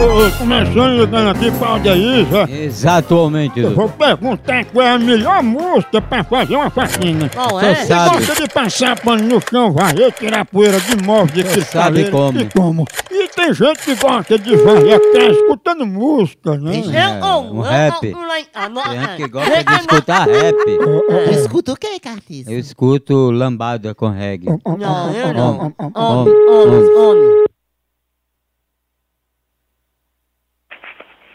Ô, Começando ligando aqui pra Aldeísa, Exatamente, eu vou Dudu. perguntar qual é a melhor música pra fazer uma faxina. Qual Tô é? sa- Você Sabe. gosta de passar pano no chão, varrer, tirar poeira de móvel, de Você cristaleira, sabe como. E como. E tem gente que gosta de varrer a casa escutando música, É Tem né? gente- Eu ou um rap. Ah, é. Tem gente que gosta de escutar rap. Escuta o que, Cartiz? Eu escuto lambada com reggae. Om, om, om, Não, eu om, não. om, om, om. Homem, Homem, homem, homem.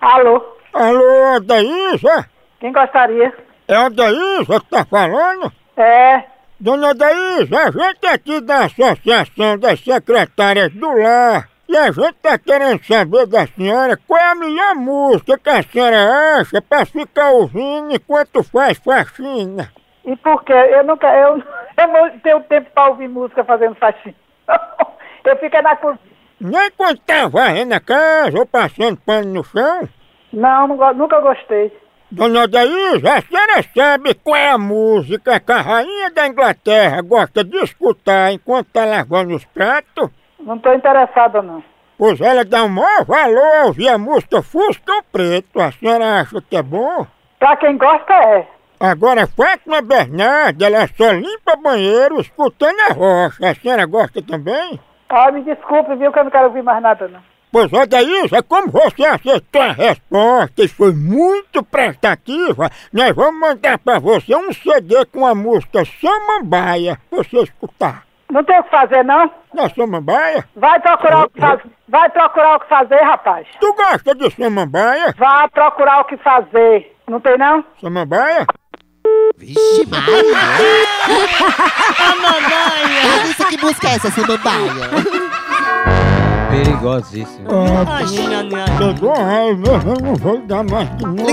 Alô, Alô, Aldeísa? quem gostaria? É a Aldeísa que tá falando? É, Dona Daísa, a gente aqui da Associação das Secretárias do Lar. E a gente tá querendo saber da senhora qual é a melhor música que a senhora acha pra ficar ouvindo enquanto faz faxina. e por quê? Eu nunca, eu, eu não tenho tempo para ouvir música fazendo faxina. Eu fico é na cozinha. Nem quando tá varrendo a casa ou passando pano no chão. Não, não go- nunca gostei. Dona Daísa, a senhora sabe qual é a música que a rainha da Inglaterra gosta de escutar enquanto tá lavando os pratos? Não estou interessada, não. Pois ela dá um maior valor a ouvir a música Fusca Preto. A senhora acha que é bom? Para quem gosta, é. Agora, Fátima Bernardo, ela só limpa banheiro escutando a rocha. A senhora gosta também? Ah, me desculpe, viu, que eu não quero ouvir mais nada, não. Pois ó, Daísa, como você acertou a resposta e foi muito prestativa, nós vamos mandar pra você um CD com a música Samambaia, pra você escutar. Não tem o que fazer, não. Na Samambaia? Vai procurar o que fazer. Vai procurar o que fazer, rapaz. Tu gosta de Samambaia? Vai procurar o que fazer. Não tem, não? Samambaia? Vixe, Maria! A mamãe! Isso que música é essa, essa mamãe? Perigosíssimo. Ah, Chegou a hora, eu não vou dar mais de novo.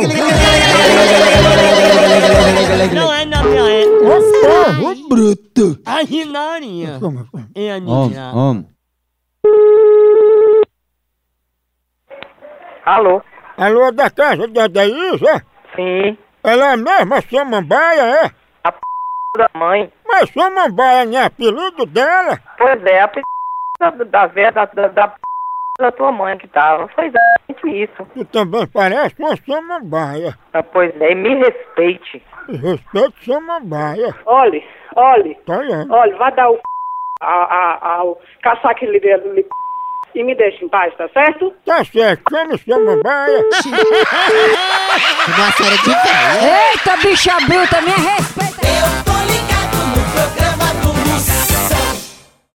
Não é na minha época. Ô, povo bruto! A Rinarinha. Como foi? É a Homem, Nina. homem. Alô? Alô, da casa da Daísa? Sim. Ela é mesma Samambaia, é? Da mãe. Mas Samambaia não é apelido dela? Pois é, a p... da, da, velha- da, da, da, p... da tua mãe que tava. Foi exatamente isso. Tu também parece uma Samambaia. Ah, pois é, me respeite. E Respeito Samambaia. Olhe, olhe, Tá olhando. olhe, vá dar o c... a, a, ao caçar aquele dedo ali, c... e me deixe em paz, tá certo? Tá certo, chama o Samambaia. Uma senhora de velho. Eita, bicha bruta, me respeita! Eu tô